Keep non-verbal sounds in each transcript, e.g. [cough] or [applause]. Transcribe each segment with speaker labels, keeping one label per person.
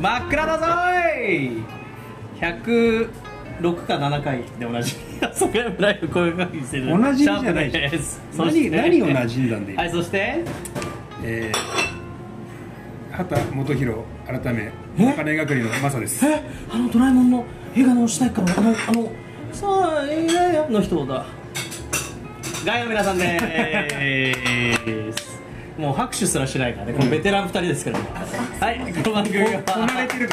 Speaker 1: 真っ暗だぞーい106か7回で同じそこらライブこういう感じしてる
Speaker 2: 同じじゃない
Speaker 1: シャープですそし
Speaker 2: 何
Speaker 1: て
Speaker 2: 何を馴染んだんで今
Speaker 1: はいそして
Speaker 2: えー、畑元博改め中根係のマサです
Speaker 1: えあのドラえもんの映画の主題歌のあのあのさあ映画やの人だガイの皆さんでー
Speaker 2: [laughs]
Speaker 1: すもう拍手すらしないからねこのベテラン2人ですけども、はいこの番組は
Speaker 2: こなれてる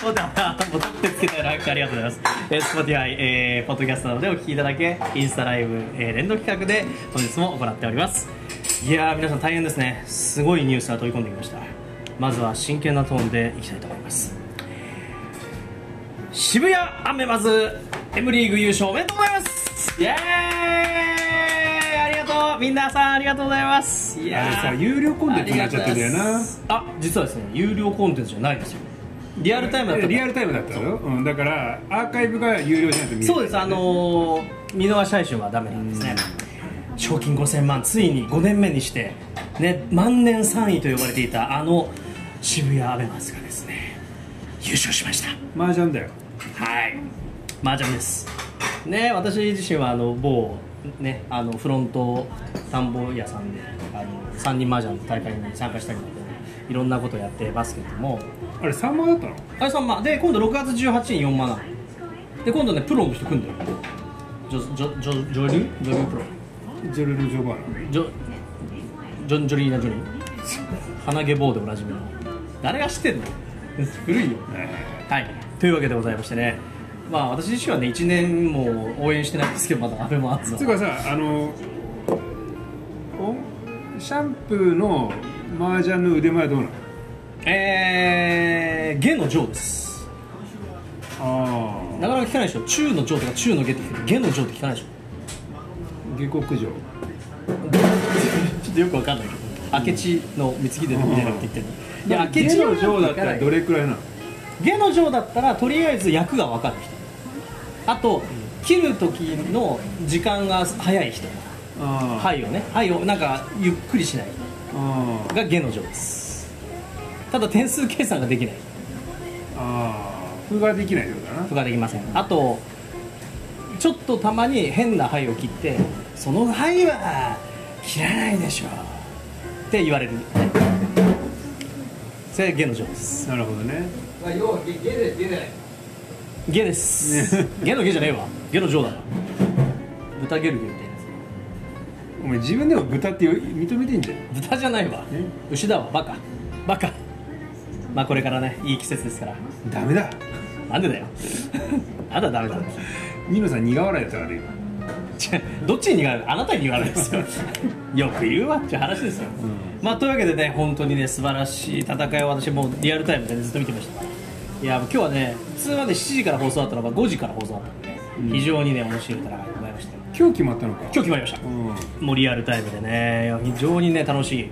Speaker 1: そうだな、ボタンってつけたランクありがとうございます。えー、Spotify、えー、ポッドキャストなどでお聞きいただけ、インスタライブ、えー、連動企画で本日も行っております。いやー、皆さん大変ですね。すごいニュースが飛び込んできました。まずは真剣なトーンでいきたいと思います。渋谷アメマズ M リーグ優勝おめでとうございますイエーイありがとうみんなさんありがとうございますい
Speaker 2: あ
Speaker 1: や
Speaker 2: れさ
Speaker 1: ー
Speaker 2: 有料コンテンツになっちゃってんだよな
Speaker 1: あ実はですね有料コンテンツじゃないんですよリアルタイムだったんだ
Speaker 2: リアルタイムだったのうん、だからアーカイブが有料じゃなくて見れない
Speaker 1: そうです、あのー見逃し配信はダメなんですね、賞金5000万、ついに5年目にして、ね、万年3位と呼ばれていたあの渋谷アベマスがですね、優勝しました。
Speaker 2: 麻雀だよ
Speaker 1: はい、麻雀です。ね、私自身はあの某ね、あのフロント田んぼ屋さんで、あの三人麻雀の大会に参加したりとか、いろんなことをやってますけども、
Speaker 2: あれ3万だったの
Speaker 1: あれ3万で今度6月18日に4万なので今度ねプロの人組んでるジョジョジョジョリージョリープロ
Speaker 2: ジョルル・ジョバーナ
Speaker 1: ジョジョンジョリーナ・ジョリー鼻毛棒でおなじみの誰が知ってんの古いよはいというわけでございましてねまあ私自身はね1年も応援してないんですけどまだアベマアツ
Speaker 2: つう
Speaker 1: は
Speaker 2: かさあのおシャンプーの麻雀の腕前はどうなの
Speaker 1: えー、ゲのジョーです
Speaker 2: あ
Speaker 1: なかなか聞かないでしょ中のジョーとか中のゲって聞くけどゲのジョーって聞かないでしょ
Speaker 2: あ下克上
Speaker 1: ちょっとよくわかんないけど、明智の光秀みたいなこと言ってる。いや、明
Speaker 2: 下
Speaker 1: 智の
Speaker 2: の
Speaker 1: 城
Speaker 2: 上
Speaker 1: だ
Speaker 2: だ
Speaker 1: っ
Speaker 2: ったた
Speaker 1: ら
Speaker 2: ら、どれくらいなの
Speaker 1: 下の城だったら、とりあえず役がわかる人。あと、切る時の時間が早い人。
Speaker 2: あ
Speaker 1: はいよね、はいを、なんかゆっくりしない
Speaker 2: あ
Speaker 1: 人が下の城です。ただ点数計算ができない。
Speaker 2: ああ歩ができないようだな
Speaker 1: とかできません。あと。ちょっとたまに変な範囲を切ってその範囲は切らないでしょって言われるそれが下の城です
Speaker 2: なるほどね
Speaker 3: まあ、要はゲゲで出ない。
Speaker 1: ゲです
Speaker 2: ね
Speaker 1: ゲのゲじゃねえわゲのジョーだわ豚ゲルゲみたいなや
Speaker 2: お前自分でも豚って認めてんじゃ
Speaker 1: つ
Speaker 2: ん
Speaker 1: 豚じゃないわ
Speaker 2: え
Speaker 1: 牛だわバカバカまあこれからねいい季節ですから
Speaker 2: ダメだ
Speaker 1: なんでだよあなたダメだ
Speaker 2: ニノさん苦笑いだったからね
Speaker 1: 違う [laughs] どっちに苦いあなたに言わないですよよく言うわっていう話ですよ、まあというわけでね本当にね素晴らしい戦いを私もうリアルタイムで、ね、ずっと見てましたいや今日はね普通はね7時から放送だったのが5時から放送だったので、非常にね面白い戦いでございました今
Speaker 2: 今日決まったのか
Speaker 1: 日決まりました
Speaker 2: うん
Speaker 1: もうリアルタイムでねいや非常にね楽しい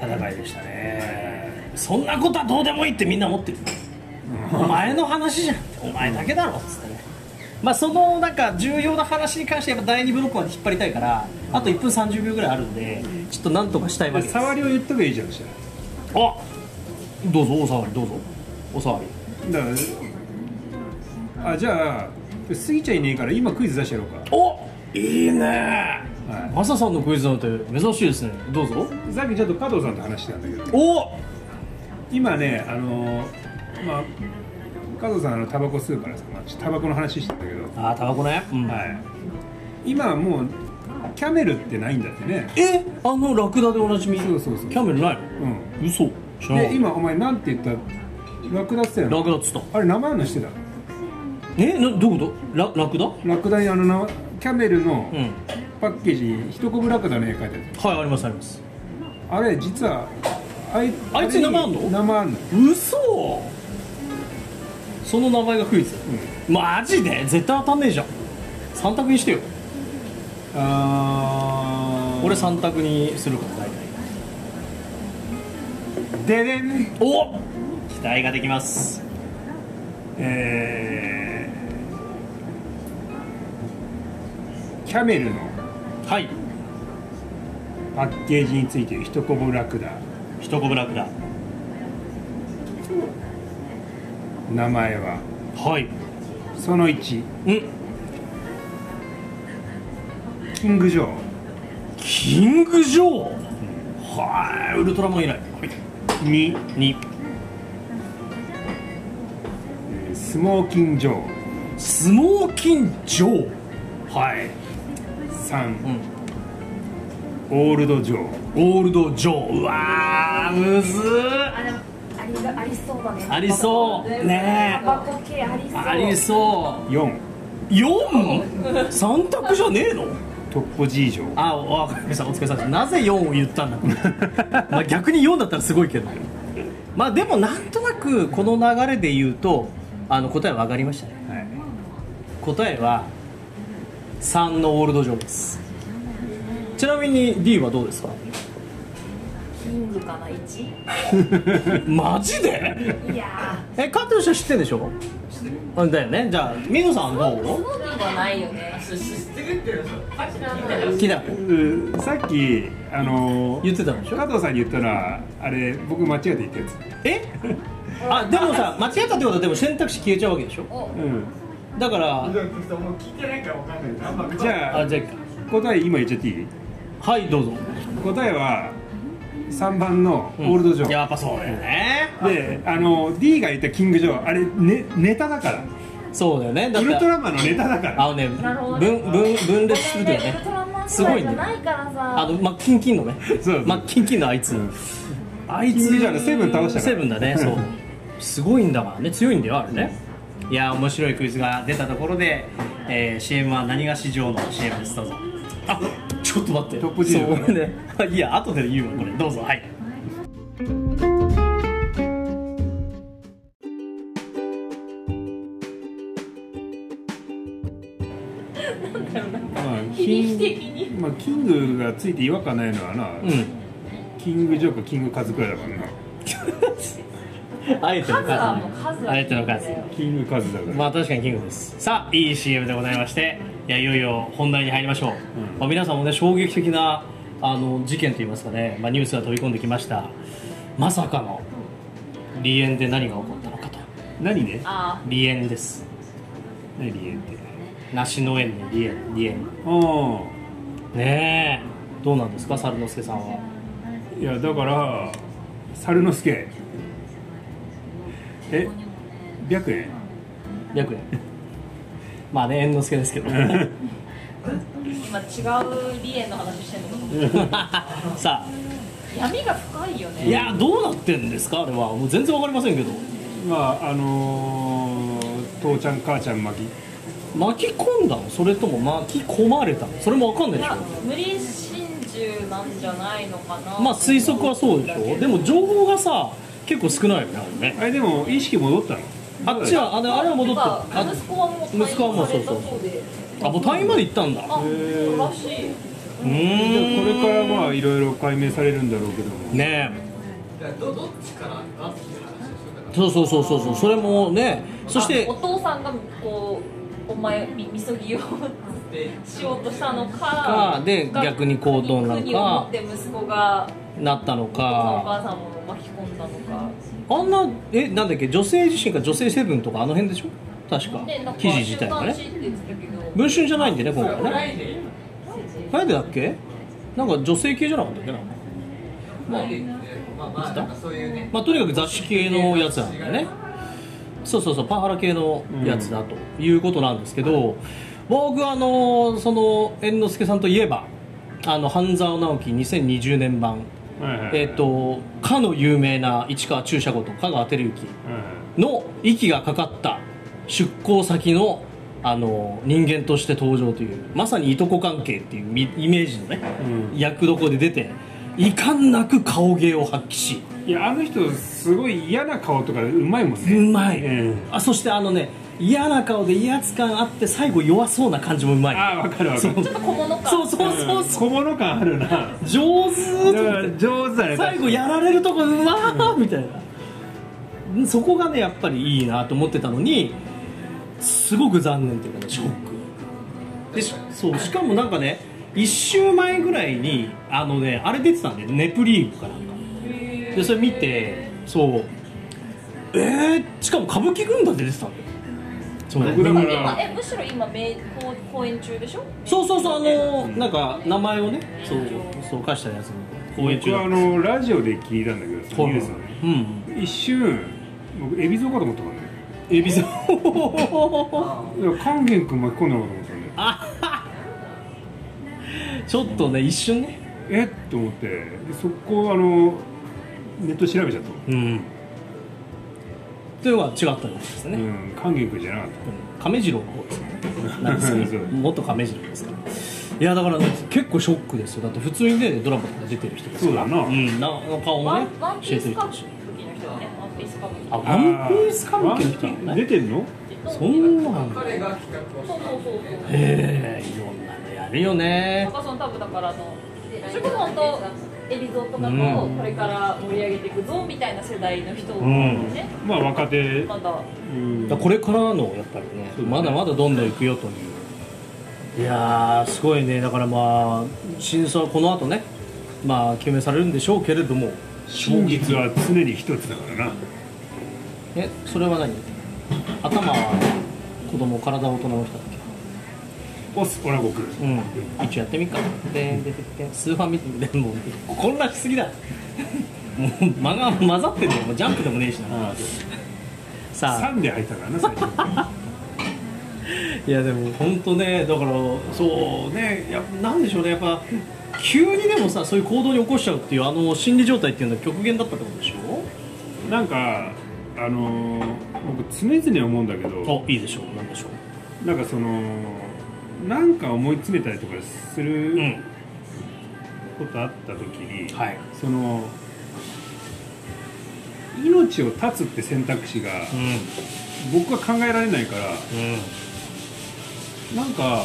Speaker 1: 戦いでしたねそんなことはどうでもいいってみんな思ってるお前の話じゃんお前だけだろっつってねまあそのなんか重要な話に関してはやっぱ第2ブロックまで引っ張りたいからあと1分30秒ぐらいあるんでちょっとなんとかしたいわけです
Speaker 2: 触りを言っとけばいいじゃんそした
Speaker 1: あどうぞお触りどうぞお触り
Speaker 2: らだからあじゃあ過ぎちゃいねえから今クイズ出してやろうか
Speaker 1: おいいね
Speaker 2: はい
Speaker 1: マサさんのクイズなんて珍しいですねどうぞ
Speaker 2: さっきちょっと加藤さんと話してたんだけど
Speaker 1: お
Speaker 2: 今ねあのーまあ加藤さんあのタバコ吸うからさ、まあ、ちょっとタバコの話してたんだけど、
Speaker 1: あータバコね、うん
Speaker 2: はい、今はもうキャメルってないんだってね
Speaker 1: えあのラクダでおなじみ
Speaker 2: そうそうそう
Speaker 1: キャメルない
Speaker 2: うん
Speaker 1: の嘘知らなかっ
Speaker 2: で
Speaker 1: た
Speaker 2: 今お前なんて言ったラクダって言ったよ
Speaker 1: ラ
Speaker 2: ね
Speaker 1: クダっつった
Speaker 2: あれ名前のしてた
Speaker 1: えなどういうことララクダ
Speaker 2: ラクダにあのなキャメルの
Speaker 1: うん
Speaker 2: パッケージに一コブラクダの絵描いてある
Speaker 1: はいありますあります
Speaker 2: あれ実はあい
Speaker 1: あいつに名前あんの
Speaker 2: れに名前あんの
Speaker 1: 嘘その名前がクイズ、マジで絶対当たんねえじゃん3択にしてよ
Speaker 2: あー
Speaker 1: 俺3択にするから大体
Speaker 2: ででん
Speaker 1: お期待ができます
Speaker 2: えーキャメルの
Speaker 1: はい
Speaker 2: パッケージについてる一コブラクダ
Speaker 1: 一コブラクダ
Speaker 2: 名前は
Speaker 1: はい
Speaker 2: その1
Speaker 1: うん
Speaker 2: キング・ジョー
Speaker 1: キング・ジョーはいウルトラマン以来はい
Speaker 2: 2、
Speaker 1: 2
Speaker 2: えースモーキン・ジョー
Speaker 1: スモーキン・ジョーはい、う
Speaker 2: 3
Speaker 1: ん、
Speaker 2: オールド・ジョー
Speaker 1: オールド・ジョーうわーむずー
Speaker 4: あでもありがありそうだね
Speaker 1: ありそうねえ
Speaker 4: タバコ系ありそう
Speaker 1: ありそう
Speaker 2: 4
Speaker 1: 4三択じゃねえの
Speaker 2: トッポ・ジー・ジョー
Speaker 1: あおわかりましたお疲れ様ですなぜ4を言ったんだこれまあ逆に4だったらすごいけどまあでもなんとなくこの流れで言うとあの答え分かりましたね
Speaker 2: はい
Speaker 1: 答えは3のオールドジョーですちなみに D はどうですか
Speaker 4: キングかな一い
Speaker 1: [laughs] マジで
Speaker 4: や
Speaker 1: えカットの人知ってんでしょあだよねじゃあ美穂さんど
Speaker 4: ー興味がないよね
Speaker 1: う聞いた
Speaker 2: うんさっきあのー
Speaker 1: 言ってたんでし
Speaker 2: 加
Speaker 1: ょ
Speaker 2: 藤さんに言ったのはあれ僕間違えて言ったやつ
Speaker 1: えあでもさ間違ったってことはでも選択肢消えちゃうわけでしょ
Speaker 2: う
Speaker 1: だから
Speaker 3: もう聞いてないからわかんない。あんま
Speaker 2: んじゃ
Speaker 1: あ
Speaker 2: あ
Speaker 1: じゃあいいか
Speaker 2: 答え今言っちゃっていい
Speaker 1: はいどうぞ
Speaker 2: 答えは3番のオールドジョー、
Speaker 1: やっぱそうだよね
Speaker 2: であの D が言ったキングジョーあれ、ね、ネタだか
Speaker 1: そうだよねだ
Speaker 2: らウ
Speaker 1: っ
Speaker 2: ルト
Speaker 1: て
Speaker 2: ラマンのネタだか
Speaker 1: あ
Speaker 2: ら
Speaker 1: のね
Speaker 4: なるほど
Speaker 1: 分分分裂す
Speaker 4: ご
Speaker 1: る
Speaker 4: めん
Speaker 1: とよ
Speaker 4: ねウルトラマ
Speaker 1: ね
Speaker 4: ン
Speaker 1: す
Speaker 4: 世
Speaker 1: ご
Speaker 4: 代
Speaker 1: い
Speaker 4: じゃ
Speaker 1: ね
Speaker 4: ないからさ
Speaker 1: あのマッキンキンのね
Speaker 2: そうそう
Speaker 1: マッキンキンのあいつあい
Speaker 2: キン
Speaker 1: つ
Speaker 2: グじゃないセブン倒したから
Speaker 1: セブンだねそうすごいんだからね強いんだよあれねいやー面白いクイズが出たところで、えー、CM は何が市場の CM ですどうぞあちょっと待って
Speaker 2: トップ10
Speaker 1: そうね [laughs] いや後で言うわこれどうぞはい
Speaker 2: まあ
Speaker 4: 比
Speaker 2: キ
Speaker 4: 率的
Speaker 2: ン
Speaker 4: に
Speaker 2: まあ、キングがついて違和感ないのはな、
Speaker 1: うん
Speaker 2: キングジョーかキングカズくらいだからな
Speaker 1: あえての数
Speaker 4: 数はもう数は
Speaker 1: あえての数
Speaker 2: キングカズだから、
Speaker 1: まあ確かにキングですさあいい CM でございましていやいよいよ本題に入りましょう、
Speaker 2: うん
Speaker 1: まあ、皆さんもね衝撃的なあの事件といいますかね、まあ、ニュースが飛び込んできましたまさかの離縁で何が起こったのかと
Speaker 2: 何ね
Speaker 4: あ
Speaker 1: 離縁です
Speaker 2: 何理由って
Speaker 1: 梨の園の離縁離縁
Speaker 2: あ
Speaker 1: ねえどうなんですか猿之助さんは
Speaker 2: あいやだから猿之助え白円
Speaker 1: 白円 [laughs] まあね猿之助ですけど [laughs]
Speaker 4: 今違う理恵の話してるのかと思っ
Speaker 1: さあ
Speaker 4: た闇が深いよね
Speaker 1: いやどうなってんですかあれはもう全然わかりませんけど
Speaker 2: まああのー父ちゃん母ちゃん巻き
Speaker 1: 巻き込んだのそれとも巻き込まれたのそれもわかんない
Speaker 4: い
Speaker 1: でし
Speaker 4: や
Speaker 1: ょ
Speaker 4: 無理心中なんじゃないのかな
Speaker 1: まあ推測はそうでしょでも情報がさ結構少ないよねあれね
Speaker 2: あれでも意識戻ったの
Speaker 1: あっちはあれあれは戻ってる
Speaker 4: なんか
Speaker 1: あ
Speaker 4: 息子はもう
Speaker 1: 息子はもうそうそう
Speaker 4: 退院されたで
Speaker 1: あもう退院まで行ったんだ
Speaker 4: あ
Speaker 1: う
Speaker 2: へー
Speaker 4: そうらしい
Speaker 1: ーん
Speaker 2: これからまあいろいろ解明されるんだろうけども
Speaker 1: ね
Speaker 3: どどっちからかっていう話でしょだか
Speaker 1: えそうそうそうそうそうそれもねそして
Speaker 4: あお父さんがこうお前みみそぎを
Speaker 3: らで
Speaker 4: しようとしたのか
Speaker 1: かで逆に行動なのか
Speaker 4: 逆に思って息子が
Speaker 1: なったの
Speaker 4: お父さん
Speaker 1: か
Speaker 4: お母さんも巻き込んだのか
Speaker 1: あんなえなんだっけ女性自身か女性セブンとかあの辺でしょ確か
Speaker 4: でなんか
Speaker 1: 記事自体が
Speaker 4: 週刊誌
Speaker 1: ね
Speaker 4: って言ってたけど
Speaker 1: 文春じゃないんでね
Speaker 3: そ
Speaker 1: 今
Speaker 3: れ
Speaker 1: 回
Speaker 3: フ
Speaker 1: は
Speaker 3: ラ
Speaker 1: ね
Speaker 3: イデー
Speaker 1: フライデーだっけなんか女性系じゃなかったっけな
Speaker 3: フライデーってまあまあなんかそういうね
Speaker 1: まあ、とにかく雑誌系のやつなんだよねそうそうそうパワハラ系のやつだということなんですけど、僕あのその猿之助さんといえばあの半沢直樹2020年版、
Speaker 2: はいはいはい
Speaker 1: えっ、とかの有名な市川中車こと香川照之
Speaker 2: はいはい
Speaker 1: の息がかかった出向先のあの人間として登場というまさにいとこ関係っていうみイメージのね、
Speaker 2: う
Speaker 1: 役どころで出ていかんなく顔芸を発揮し
Speaker 2: いやあの人すごい嫌な顔とかうまいもんね
Speaker 1: うまい、
Speaker 2: うん
Speaker 1: あそしてあのね嫌な顔で威圧感あって最後弱そうな感じもうまい
Speaker 2: ああわかるわかる
Speaker 4: ちょっと小物感
Speaker 1: そうそうそうそう
Speaker 2: 小物感あるなだ
Speaker 1: 上手と
Speaker 2: か
Speaker 1: 思っ
Speaker 2: ら
Speaker 1: て
Speaker 2: 上手だ
Speaker 1: [laughs]
Speaker 2: ね
Speaker 1: 最後やられるとこうわーみたいなそこがねやっぱりいいなと思ってたのにすごく残念というかねショックでしそうしかもなんかね1週前ぐらいにあのねあれ出てたんでネプリーグかなんかでそれ見てそうえー、しかも歌舞伎軍団で出てたんだよそう
Speaker 2: 僕だか
Speaker 4: 今
Speaker 2: ら
Speaker 4: えむしろ今め公公演中でしょ
Speaker 1: そうそうそうあのーなんか名前をねそうそう貸したやつの公演中だ
Speaker 2: 僕はあのラジオで聞いたんだけどニュースのね
Speaker 1: うん
Speaker 2: 一瞬僕海老蔵かと思ったからね
Speaker 1: エビさん
Speaker 2: いや勸玄君巻き込んだのかと思ったんだよ
Speaker 1: ちょっとね一瞬ね
Speaker 2: えっと思ってでそこあのネット調べちゃった
Speaker 1: う
Speaker 2: の
Speaker 1: んというのは違ったようですね、
Speaker 2: うん勸玄君じゃなかっ
Speaker 1: 亀次郎の方ですねなんですけど
Speaker 2: [laughs] そう
Speaker 1: 元亀次郎ですからいやだから、ね、結構ショックですよだって普通にねドラマとか出てる人ですから、
Speaker 2: そうだなん
Speaker 1: なの顔を
Speaker 4: ワ
Speaker 1: ね
Speaker 4: ンワンピ
Speaker 1: 教え
Speaker 4: ー
Speaker 1: て
Speaker 4: ス
Speaker 1: み
Speaker 4: 歌
Speaker 1: てほ
Speaker 4: 舞
Speaker 1: しい
Speaker 4: 伎の人だねワンピース歌舞伎
Speaker 1: あ
Speaker 2: た
Speaker 1: ワンピース関係の人なんだ
Speaker 2: あーワンピース出
Speaker 1: ね
Speaker 2: てんの
Speaker 1: そんなん
Speaker 3: 彼が企画
Speaker 4: そう
Speaker 3: をした
Speaker 4: そ
Speaker 3: ん
Speaker 4: うそうそう
Speaker 1: へえいろんなのやるよね
Speaker 4: なんかその多分だからあのそれこそ本当エビゾとかと
Speaker 1: うん
Speaker 4: これから盛り上げていくぞみたいな世代の人を
Speaker 1: ん
Speaker 4: ね、
Speaker 2: まあ若手
Speaker 4: まだ
Speaker 2: うん
Speaker 1: だからこれからのやっぱりね
Speaker 2: そうだね
Speaker 1: まだまだどんどん行くよといういやーすごいねだからまあ真相はこの後ねまあ究明されるんでしょうけれども
Speaker 2: 真実は常に一つだからな
Speaker 1: えそれは何頭は子供体は大人の人だっ
Speaker 2: オスオラゴク
Speaker 1: けうん一応やってみっかででででスーファミでもう混乱しすぎだ [laughs] もう間が混ざっててもうジャンプでもねえしなさあ
Speaker 2: 3で入ったからな最
Speaker 1: [laughs]
Speaker 2: 初
Speaker 1: いやでも本当ねだからそうねやっぱなんでしょうねやっぱ急にでもさそういう行動に起こしちゃうっていうあの心理状態っていうのは極限だったってことでしょ
Speaker 2: なんかあのー僕常々思うんだけど
Speaker 1: あいいでしょうなんでしょう
Speaker 2: なんかそのなんか思い詰めたりとかす
Speaker 1: う
Speaker 2: る
Speaker 1: ん
Speaker 2: ことあった時に、
Speaker 1: はい
Speaker 2: その命を絶つって選択肢が
Speaker 1: う
Speaker 2: 僕は考えられないから
Speaker 1: んうん
Speaker 2: なんか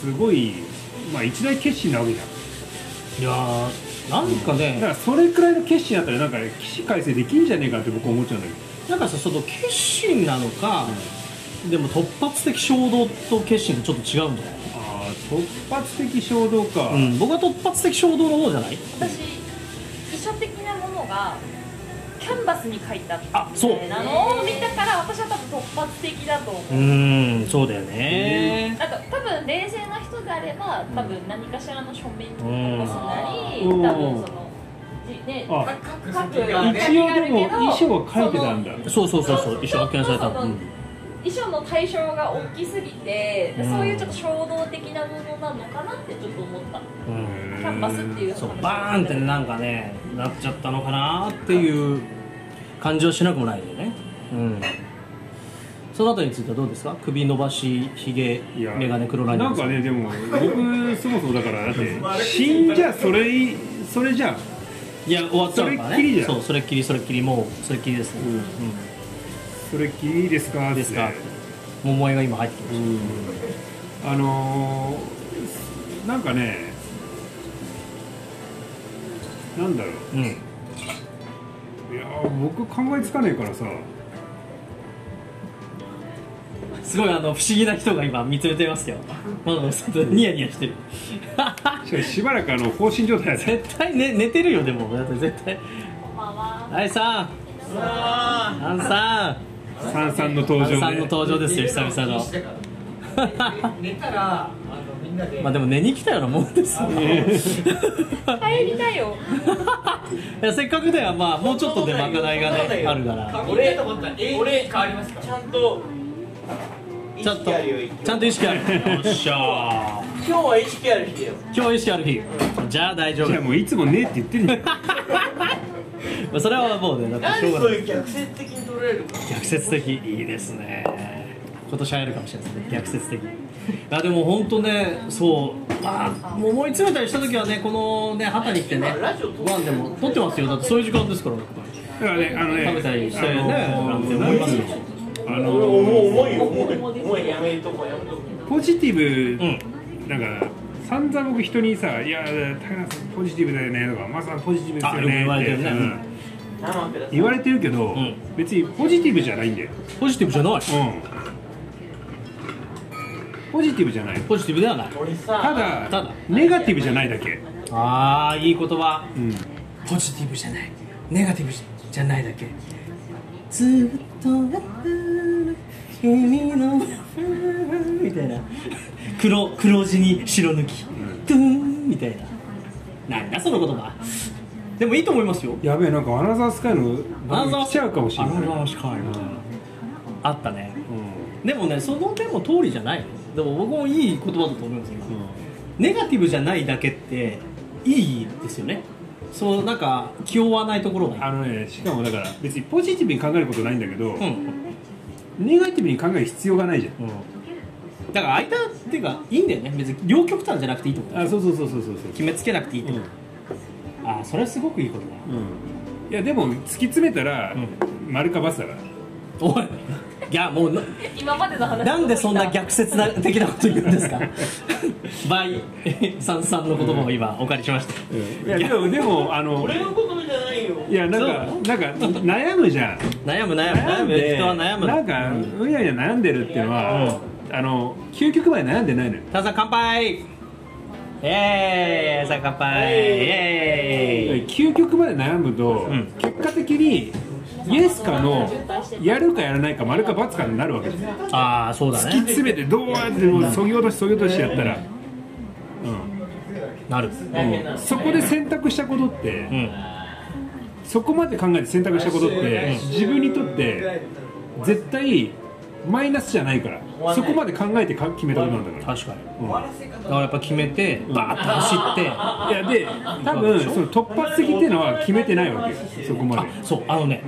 Speaker 2: すごい、まあ、一大決心なわけじゃん
Speaker 1: いやーなんか
Speaker 2: だか
Speaker 1: ね
Speaker 2: らそれくらいの決心だったらなんか起死回生できんじゃねえかって僕思っちゃうんだけ
Speaker 1: なんかさその決心なのか、でも突発的衝動と決心ってちょっと違うんじゃない
Speaker 2: どああ突発的衝動か、
Speaker 1: うん、僕は突発的衝動の方じゃない
Speaker 4: 私秘書的なものがキャンバスに書いた
Speaker 1: あそう
Speaker 4: なのを見たから私は多分突発的だと思う、
Speaker 1: うんそうだよね
Speaker 4: なんか多分冷静な人であれば多分何かしらの書面に残すなり、
Speaker 2: うん
Speaker 4: 多分そのじね
Speaker 2: あ
Speaker 4: 書く
Speaker 3: 書く
Speaker 4: 書く
Speaker 3: 一
Speaker 2: 一
Speaker 3: 応
Speaker 2: 応でも衣装は書いてたんだ
Speaker 1: そうそうそうそう一緒に発見された
Speaker 4: そうそう
Speaker 1: の、
Speaker 4: そう
Speaker 1: うん
Speaker 4: 衣装の対象が大きすぎて、
Speaker 1: うん
Speaker 4: そういうちょっと衝動的なものなのかなってちょっと思った
Speaker 1: うん
Speaker 4: キャンバスっていう話
Speaker 1: そうバーンってなんかねなっちゃったのかなっていう感じはしなくもないよねうんそのあたりについてはどうですか首伸ばしひげ
Speaker 2: いや
Speaker 1: メガネ黒ライ
Speaker 2: な
Speaker 1: ン
Speaker 2: ん
Speaker 1: です
Speaker 2: かねでも僕そもそもだからだって死んじゃそれいそれじゃん
Speaker 1: いや終わったのか
Speaker 2: それっきりじ
Speaker 1: ね
Speaker 2: ゃん
Speaker 1: そうそれっきりそれっきりもうそれっきりですね、
Speaker 2: うんそれっきりですか
Speaker 1: う
Speaker 2: っ
Speaker 1: ん
Speaker 2: て
Speaker 1: ですか桃江が今入ってきまし
Speaker 2: うんあのーなんかねなんだろ
Speaker 1: たうん
Speaker 2: ういやー僕考えつかねえからさ
Speaker 1: すごいあの不思議な人が今見つめてますけどまだちょっとニヤニヤしてる [laughs]
Speaker 2: しかししばらくあの放心状態だね
Speaker 1: 絶対、ね、寝てるよでもだって絶対
Speaker 4: こんばんは
Speaker 1: はいさんあんさん
Speaker 2: 三三の登場
Speaker 1: あん
Speaker 2: ね
Speaker 1: さんの登場ですよ久々の
Speaker 3: 寝たらあのみんな
Speaker 1: [laughs]
Speaker 3: で
Speaker 1: まあでも寝に来たようなもんです [laughs] よね。
Speaker 4: 帰りだよ
Speaker 1: いやせっかくではまあもうちょっとでまかないがねあるから。
Speaker 3: 俺と思ったら俺変わりますかちゃんと
Speaker 1: ちゃんとちゃんと意識ある。よっしゃー。
Speaker 5: 今日は意識ある日だよ
Speaker 1: 今日意識ある日。じゃあ大丈 [laughs]
Speaker 2: じゃあもういつもねえって言ってるじゃん
Speaker 1: 夫。それはもうねだっ
Speaker 5: なん
Speaker 1: てし
Speaker 5: で
Speaker 1: ょう
Speaker 5: そ
Speaker 1: が
Speaker 5: う
Speaker 1: ない。
Speaker 5: いう逆説的に取られるの
Speaker 1: 逆説的いいですね。今年流行るかもしれないですね。逆説的。あでも本当ねそうまあもう思い詰めたりした時はねこのね旗に来てね
Speaker 5: ラジオ撮ってる
Speaker 1: ワンでも撮ってますよだってそういう時間ですから。
Speaker 2: だからねあのね
Speaker 1: 食べたりしてね
Speaker 2: あのー
Speaker 1: なんて思いますよ
Speaker 2: あの
Speaker 5: 俺
Speaker 2: ー
Speaker 5: 重いよ重い重いやめとこうやめとこう
Speaker 2: ポジティ
Speaker 1: うん
Speaker 2: ブなんか散々僕人にさ「いや高野さんポジティブだよね」とか「まさんポジティブですよね」って
Speaker 1: あよく言われてるね
Speaker 2: うん
Speaker 5: 生ください
Speaker 2: 言われてるけど、
Speaker 1: ん
Speaker 2: 別にポジティブじゃないんだよ、
Speaker 1: ポジティブじゃない。
Speaker 2: うん、ポジティブじゃない
Speaker 1: ポジティブではない。
Speaker 5: 俺
Speaker 2: た
Speaker 5: さ
Speaker 2: だ
Speaker 1: ただ
Speaker 2: ネガティブじゃないだけ、
Speaker 1: ああいい言葉。
Speaker 2: うん、
Speaker 1: ポジティブじゃないネガティブじゃないだけずっとやってる君のみたいな黒黒地に白抜き、トゥーンみたいななんだその言葉でもいいと思いますよ
Speaker 2: やべえなんかアナザースカイの番組来ちゃうかもしれない
Speaker 1: アナザースカイあったねでもねそのでも通りじゃないよでも僕もいい言葉だと思います今、
Speaker 2: うんうん
Speaker 1: ネガティブじゃないだけっていいですよねそうなんか気負わないところがい
Speaker 2: あ
Speaker 1: い
Speaker 2: のねしかもだから別にポジティブに考えることないんだけど、
Speaker 1: うん、
Speaker 2: ネガティブに考える必要がないじゃん
Speaker 1: だから相手っていうかいいんだよね別に両極端じゃなくていいと思う
Speaker 2: あそうそうそうそうそうそう
Speaker 1: 決めつけなくていいと
Speaker 2: う
Speaker 1: 思
Speaker 2: ん
Speaker 1: う、あそれはすごくいいことだ
Speaker 2: うんいやでも突き詰めたら、丸かバスだから
Speaker 1: おいいやもうな
Speaker 4: 今までの話
Speaker 1: なんでそんな逆説な的なこと言うん [laughs] ですかバイさんさんの言葉を今お借りしました、
Speaker 2: いやでもでもあの
Speaker 5: 俺のことじゃないよ
Speaker 2: いやなんか
Speaker 1: そう
Speaker 2: なんか悩むじゃん
Speaker 1: 悩む悩む悩む人は悩む
Speaker 2: なんかうやうや悩んでるっていうのは、あの究極まで悩んでないのよ
Speaker 1: さんさん乾杯イエーイさん乾杯イエーイ
Speaker 2: 究極まで悩むと、
Speaker 1: ん
Speaker 2: 結果的にイエスかの
Speaker 4: うん
Speaker 2: やるかやらないか丸か×かになるわけですよ
Speaker 1: ああそうだ
Speaker 2: 突き
Speaker 1: ね
Speaker 2: 詰めてどうやってもうそぎ落としそぎ落としやったら、
Speaker 1: なる
Speaker 5: 大変な
Speaker 2: うん、
Speaker 5: の
Speaker 2: そこで選択したことって、
Speaker 1: うん
Speaker 2: そこまで考えて選択したことって
Speaker 5: うん
Speaker 2: 自分にとって絶対マイナスじゃないからそこまで考えてか決めたことなんだから
Speaker 1: 確かに、だからやっぱ決めてバーッと走って、
Speaker 2: いやで多分その突発的っていうのは決めてないわけよそこまで
Speaker 1: あそうあのね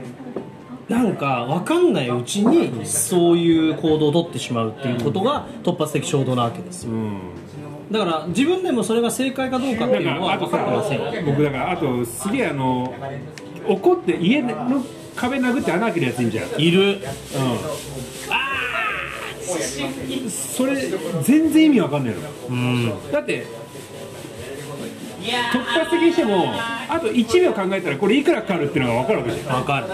Speaker 1: なんか分かんないうちにそういう行動を取ってしまうっていうことが突発的衝動なわけですよ
Speaker 2: うん
Speaker 1: だから自分でもそれが正解かどうかって
Speaker 2: だ
Speaker 1: い
Speaker 2: か
Speaker 1: うの
Speaker 2: ら
Speaker 1: は
Speaker 2: あと
Speaker 1: 分かってませんよ
Speaker 2: さ僕だからあとすげえあの怒って家の壁殴って穴開けるやついいんじゃん
Speaker 1: いる
Speaker 2: うんそれ全然意味わかんないの
Speaker 1: うん
Speaker 2: だって突発的にしてもあと1秒考えたらこれいくらかかるっていうのが分かるわけじゃん
Speaker 1: 分かる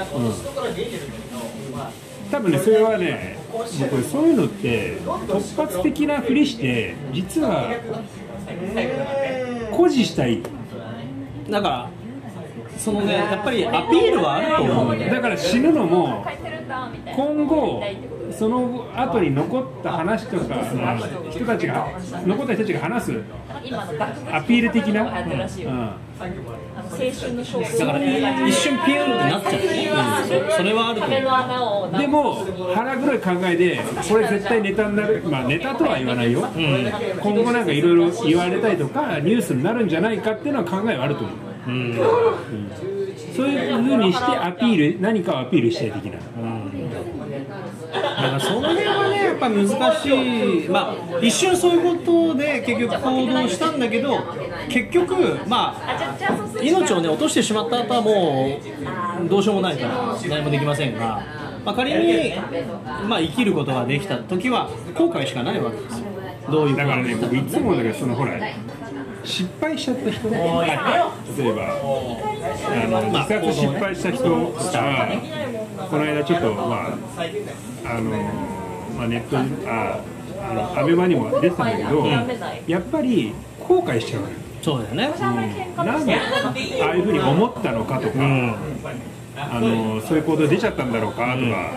Speaker 2: 多分ねそれはね僕そういうのって突発的なふりして実は誇示したい
Speaker 1: だからそのねやっぱりアピールはあると思うんだよ
Speaker 2: だから死ぬのも
Speaker 4: 書いてるんだみたいな
Speaker 2: 今後
Speaker 4: やりたいってこと
Speaker 2: その後に残った話とかの人たちが残った人たちが話す
Speaker 4: 今の学部
Speaker 2: アピール的な、
Speaker 4: 流行ってるらしいよ
Speaker 2: うんうん
Speaker 4: あの青春の勝負
Speaker 1: だから一瞬ピューンってなっちゃうね、うんそうそれはあると思
Speaker 4: 壁
Speaker 1: う
Speaker 4: の穴を
Speaker 2: でも腹黒い考えでこれ絶対ネタになるまあネタとは言わないよ、今後なんかいろいろ言われたりとかニュースになるんじゃないかっていうのは考えはあると思う、
Speaker 1: うん
Speaker 2: そういうふうにしてアピール何かをアピールしたい的な、
Speaker 1: だからその辺はねやっぱ難しいまあ一瞬そういうことで結局行動したんだけど結局まあ
Speaker 4: あじゃあじゃあそうする
Speaker 1: 命をね落としてしまった後はもうどうしようもないから何もできませんが、まあ、仮に、まあ、生きることができた時は後悔しかないわけですよどういう
Speaker 2: だからね
Speaker 1: こと
Speaker 2: 僕いつもだけどそのほら失敗しちゃった人例えばあの自殺失敗した人とかこの間ちょっとまああのまあネットにああのアベマにも出てたんだけどやっぱり後悔しちゃうのよ
Speaker 1: そうだよね、
Speaker 2: なんでああいうふうに思ったのかとか、あのそういう行動出ちゃったんだろうかとか、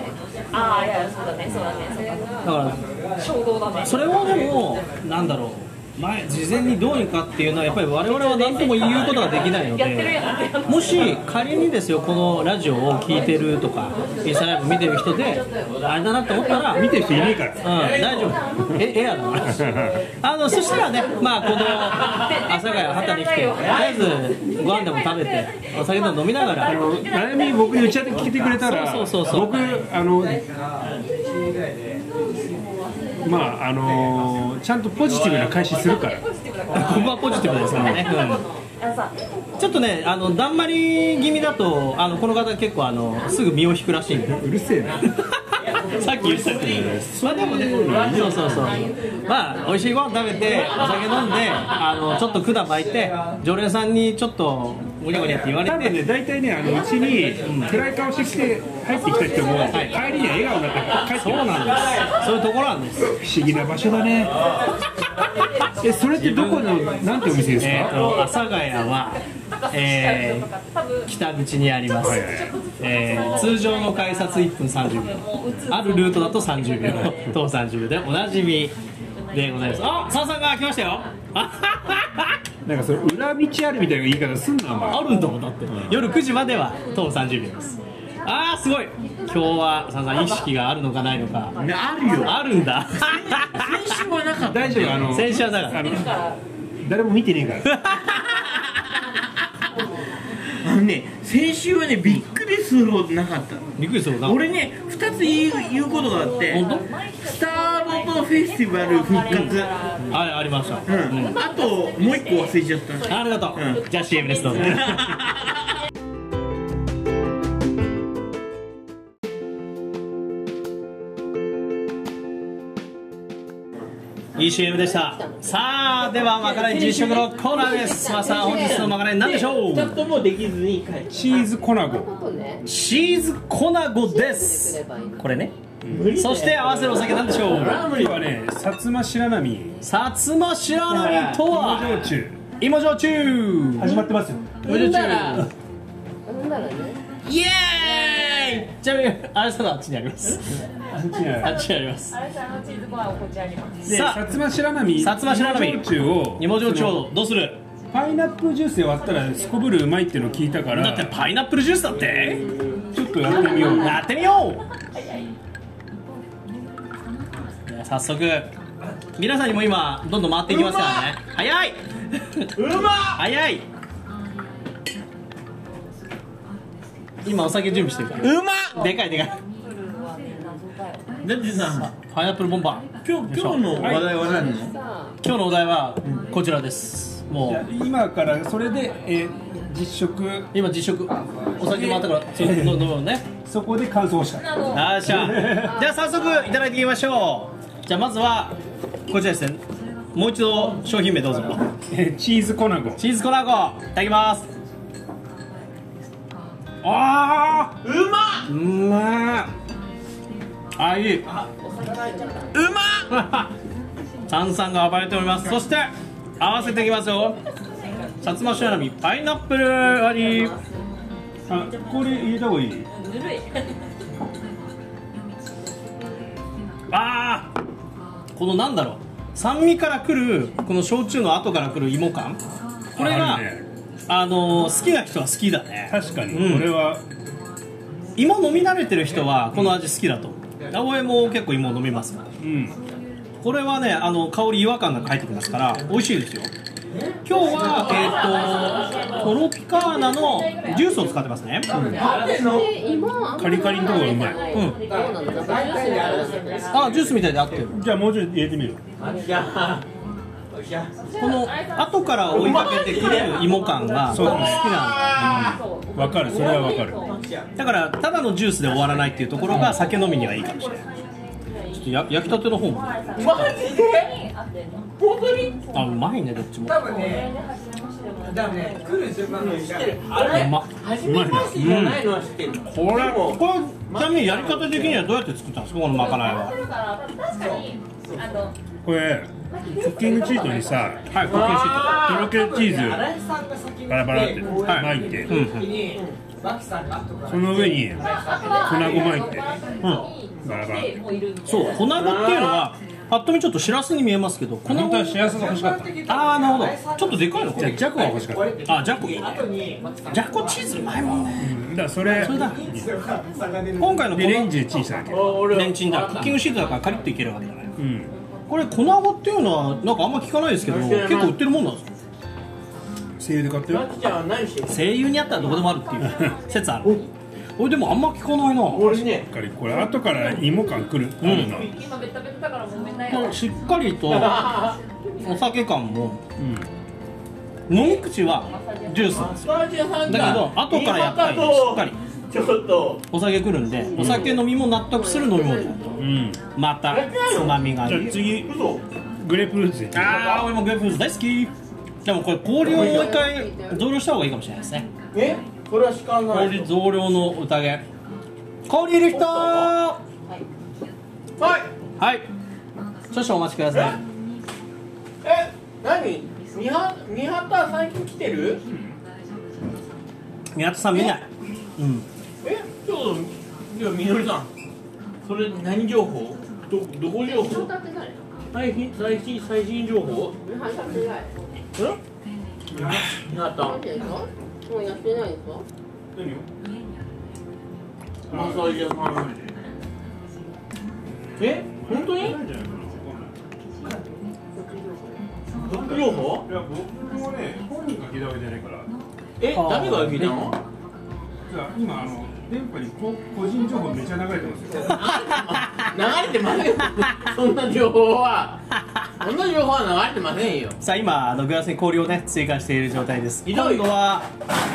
Speaker 4: ああいやそうだねそうだねそうだね
Speaker 1: だから
Speaker 4: 衝動だね
Speaker 1: それをでもなんだろう前事前にどうにかっていうのはやっぱり我々は何とも言うことができないの
Speaker 4: やってる
Speaker 1: で
Speaker 4: やんってや
Speaker 1: もし仮にですよこのラジオを聞いてるとかインスタライブ見てる人であれだなって思ったら
Speaker 2: 見てる人いないか
Speaker 1: うん、
Speaker 2: ら。
Speaker 1: 大丈夫。え、エアだから。あの、そしたらね、まあ、この、阿佐ヶ谷畑に来て、とりあえず、ご飯でも食べて、お酒でも飲みながら。
Speaker 2: あの悩み僕に打ち当て聞いてくれたら
Speaker 1: そうそうそうそう
Speaker 2: 僕あのまああのちゃんとポジティブな開始するから
Speaker 1: ここはポジティブですからね。
Speaker 4: あのさ
Speaker 1: うんちょっとね、あの、だんまり気味だと、あの、この方結構、あの、すぐ身を引くらしいんで。
Speaker 2: うるせえな
Speaker 1: さっき言ったけど、まあでもね、そうそうそう、まあ美味しいご飯食べて、お酒飲んで、あのちょっと管巻いて、常連さんにちょっとごにゃごにゃって言われ
Speaker 2: 多分ね、
Speaker 1: て
Speaker 2: 大体ね、あのうちに暗い顔してきて入ってきた人も、帰りには笑顔になって帰って
Speaker 1: そうなんですそういうところなんです
Speaker 2: す不思議な場所だね。え、それってどこの、なんてお店です
Speaker 1: えっ、
Speaker 2: か
Speaker 1: と阿佐ヶ谷は、えー、北口にあります、
Speaker 2: はいはいはい
Speaker 1: えー通常の改札1分30秒あるルートだと30秒当30秒でおなじみでございますあさんさんが来ましたよあ
Speaker 2: なんかそれ裏道あるみたいな言い方すんな、お前。
Speaker 1: あるんだもんだって夜9時までは当30秒ですあーすごい今日はさんさん意識があるのかないのか
Speaker 2: あるよ。
Speaker 1: ある
Speaker 6: [laughs]
Speaker 1: んだ
Speaker 2: 大丈夫、あの、
Speaker 1: 先週はだから
Speaker 2: あの誰も見てねえから。
Speaker 6: あのね先週はねびっくりするほどなかった
Speaker 1: びっくりするな
Speaker 6: 俺ね2つ言う言うことがあって
Speaker 1: 本
Speaker 6: スターロードフェスティバル復活、
Speaker 1: 当あありました、う
Speaker 6: うん
Speaker 1: ん、
Speaker 6: あともう1個忘れちゃった
Speaker 1: ありがとう、
Speaker 6: う
Speaker 1: じゃあ CM ですどう
Speaker 6: [laughs]
Speaker 1: ぞいい CM でしたさあではまかない実食のコーナーですまあさん本日のまかない何でしょ
Speaker 5: ちゃ
Speaker 1: うん
Speaker 5: ともできずに帰る
Speaker 2: チーズコナゴ。
Speaker 1: チーズ粉子ですこれねそして合わせるお酒なんでしょう
Speaker 2: ラーメンはね、薩摩白波。
Speaker 1: さつま白波と
Speaker 2: 芋焼
Speaker 1: は
Speaker 2: 酎。
Speaker 1: 芋焼酎
Speaker 2: 始まってますよ。
Speaker 1: 芋焼酎イエーイちなみにあれさんのあっちにありますあっちにあります
Speaker 4: あれさんのチーズコーナーをこっちらにあります
Speaker 2: で、
Speaker 1: さ
Speaker 2: 薩
Speaker 1: あ
Speaker 2: 摩白波。
Speaker 1: 薩摩白波
Speaker 2: 芋焼酎を。
Speaker 1: 芋焼酎をどうする
Speaker 2: パイナップルジュースで割ったらすこぶるうまいっていうのを聞いたから
Speaker 1: だってパイナップルジュースだって
Speaker 2: ちょっとやってみよう
Speaker 1: やってみようでは早速皆さんにも今どんどん回っていきますからね早いうま早い今お酒準備してるからうまでかいでかい
Speaker 6: だってさ
Speaker 1: パイナップルボンバー
Speaker 6: 今日今日の話題は何なの、
Speaker 1: 今日のお題はこちらですも
Speaker 2: じゃあ
Speaker 1: う
Speaker 2: 今からそれで、えー実食
Speaker 1: 今実食お酒もあったからそう飲むのね
Speaker 2: そこで感想したい
Speaker 1: よっし [laughs] ゃじゃあ早速いただいていきましょうじゃあまずはこちらですねもう一度商品名どうぞ
Speaker 2: えーチーズコナゴ
Speaker 1: チーズコラーコいただきます
Speaker 2: あーうまっうま
Speaker 1: あいいうまっ [laughs] 炭酸が暴れておりますそして合わせていきますよさつましなみパイナップル割り
Speaker 2: あこれ入れた方がいい
Speaker 4: ぬるい
Speaker 1: あーこのなんだろう酸味からくるこの焼酎の後からくる芋感これが
Speaker 2: あるね
Speaker 1: あのー好きな人は好きだね
Speaker 2: 確か
Speaker 1: うん
Speaker 2: にこれは、
Speaker 1: 芋飲み慣れてる人はこの味好きだと青江も結構芋飲みますから
Speaker 2: うん
Speaker 1: これはねあの香り違和感が入ってきますから美味しいですよ今日はえっ、とトロピカーナのジュースを使ってますね、
Speaker 2: カリカリのとこがうまい
Speaker 1: うんあジュースみたいで合ってる
Speaker 2: じゃあもうちょい入れてみる
Speaker 5: いやいや
Speaker 1: この後から追いかけてくれる芋感が僕
Speaker 2: そう
Speaker 1: 好きなん
Speaker 2: わかるそれはわかる
Speaker 1: だからただのジュースで終わらないっていうところが酒飲みにはいいかもしれないちょっとや焼きたての方もね
Speaker 5: マジで
Speaker 1: あうまいねどっちも
Speaker 3: 多分ね、多分ね、来る順番が一
Speaker 5: 知っ
Speaker 3: 緒
Speaker 5: てるあれ
Speaker 1: うまっ
Speaker 5: 初めましてじゃないのは知ってるの
Speaker 1: これこれちなみにやり方的にはどうやって作ったんですかこのまかないは
Speaker 4: 確かにあの
Speaker 2: これクッキングシートにさ
Speaker 1: はいコピーシ
Speaker 2: とろけるチーズ
Speaker 3: 荒井さんが先に
Speaker 2: バラバラって
Speaker 3: こうや
Speaker 2: 巻いて、
Speaker 1: うん
Speaker 3: 時に、マキさんが後から
Speaker 2: その上に
Speaker 4: 粉
Speaker 2: ごまいって
Speaker 4: うん
Speaker 2: バラバラって
Speaker 1: ートそう粉子っていうのはぱっと見ちょっとしらすに見えますけど粉子
Speaker 2: 本当は幸せが欲しかった
Speaker 1: ああなるほどちょっとでかいのこ
Speaker 2: じゃあ
Speaker 1: れ
Speaker 2: ジャコが欲しかった
Speaker 1: あジャコいいね
Speaker 3: 後にマキさん
Speaker 1: ジャコチーズうまいもんね
Speaker 2: だからそれ
Speaker 1: それだ
Speaker 3: 差が出る
Speaker 1: 今回の
Speaker 2: で
Speaker 1: この
Speaker 2: レンジでチンしただけ
Speaker 1: レンチンだクッキングシートだからカリッといけるわけじゃない
Speaker 2: うん
Speaker 1: これ粉子っていうのはなんかあんま聞かないですけど結構売ってるもんなんですか
Speaker 2: 精油で買ってる
Speaker 5: マキちゃんは何してる
Speaker 1: 声優にあったらどこでもあるっていう説ある俺でもあんま聞かないな
Speaker 5: 俺ね
Speaker 2: これこれ後から芋感くる
Speaker 1: うん
Speaker 2: あるな
Speaker 4: 今ベタベタだからもめない
Speaker 1: このしっかりとお酒感も
Speaker 2: うん
Speaker 1: 飲み口はジュースなんです
Speaker 5: スパージュさん
Speaker 1: だけど後からやっぱりしっかり
Speaker 5: ちょっと
Speaker 1: お酒来るんでお酒飲みも納得する飲み物
Speaker 2: うんじ
Speaker 1: またつまみがあ
Speaker 2: ゃあ
Speaker 1: る
Speaker 2: 次
Speaker 5: 嘘
Speaker 2: グレープフルーツで
Speaker 1: あー俺もグレープフルーツ大好きでもこれ氷をもう一回増量した方がいいかもしれないですね
Speaker 5: えこれはしかない
Speaker 1: 氷増量の宴氷いる人は
Speaker 5: はい
Speaker 1: い少々お待ちください
Speaker 5: え何みはみはた最近来てる
Speaker 1: 宮田さん見ないうん
Speaker 5: えちょっとではみのりさんそれ何情報どどこ情報最新最新最新情報えみはた
Speaker 7: もうやってないでしょ
Speaker 5: 何よマッサージ屋さんえ本当に毒情報
Speaker 2: いや僕もね本人が聞いたわけじゃないから
Speaker 5: え
Speaker 1: あー
Speaker 5: 誰が聞いたの
Speaker 2: じゃあ今あの電波にこ個人情報めっちゃ流れてますよ
Speaker 5: 流れてませんよそんな情報はそんな情報は流れてませんよ
Speaker 1: さあ今あのグラスに氷をね追加している状態です
Speaker 5: ひ
Speaker 1: 今
Speaker 5: どい
Speaker 1: 度は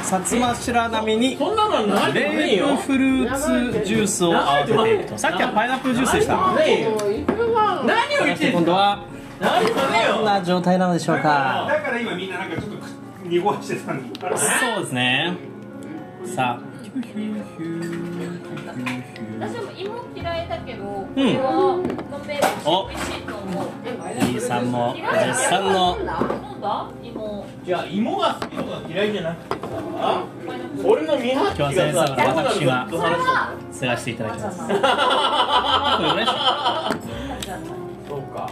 Speaker 1: 薩摩白波に
Speaker 5: そんなのは流れてません
Speaker 1: レ
Speaker 5: よ
Speaker 1: ープフルーツジュースを合わせているとさっきはパイナップルジュースでした
Speaker 5: 流れてませんよ
Speaker 7: もういつもは
Speaker 5: 何を言ってんの
Speaker 1: 今度は
Speaker 5: 流れてません
Speaker 1: どん
Speaker 5: よ
Speaker 1: な状態なのでしょう
Speaker 2: だから
Speaker 1: か
Speaker 2: だから今みんななんかちょっと濁してたんだ
Speaker 1: そうですねさあ
Speaker 4: 私も芋嫌いだけど、こ
Speaker 1: うん
Speaker 4: れは飲めるし美味しいと思う。
Speaker 1: イーさんも絶賛の
Speaker 4: 飲んだ芋。
Speaker 5: じゃあ芋が好きとか嫌いじゃなくてさ俺のミハッチが
Speaker 1: 今日は先生私
Speaker 5: さ
Speaker 1: が
Speaker 5: どうなるか
Speaker 1: 継がしていただきます
Speaker 5: そうかそうか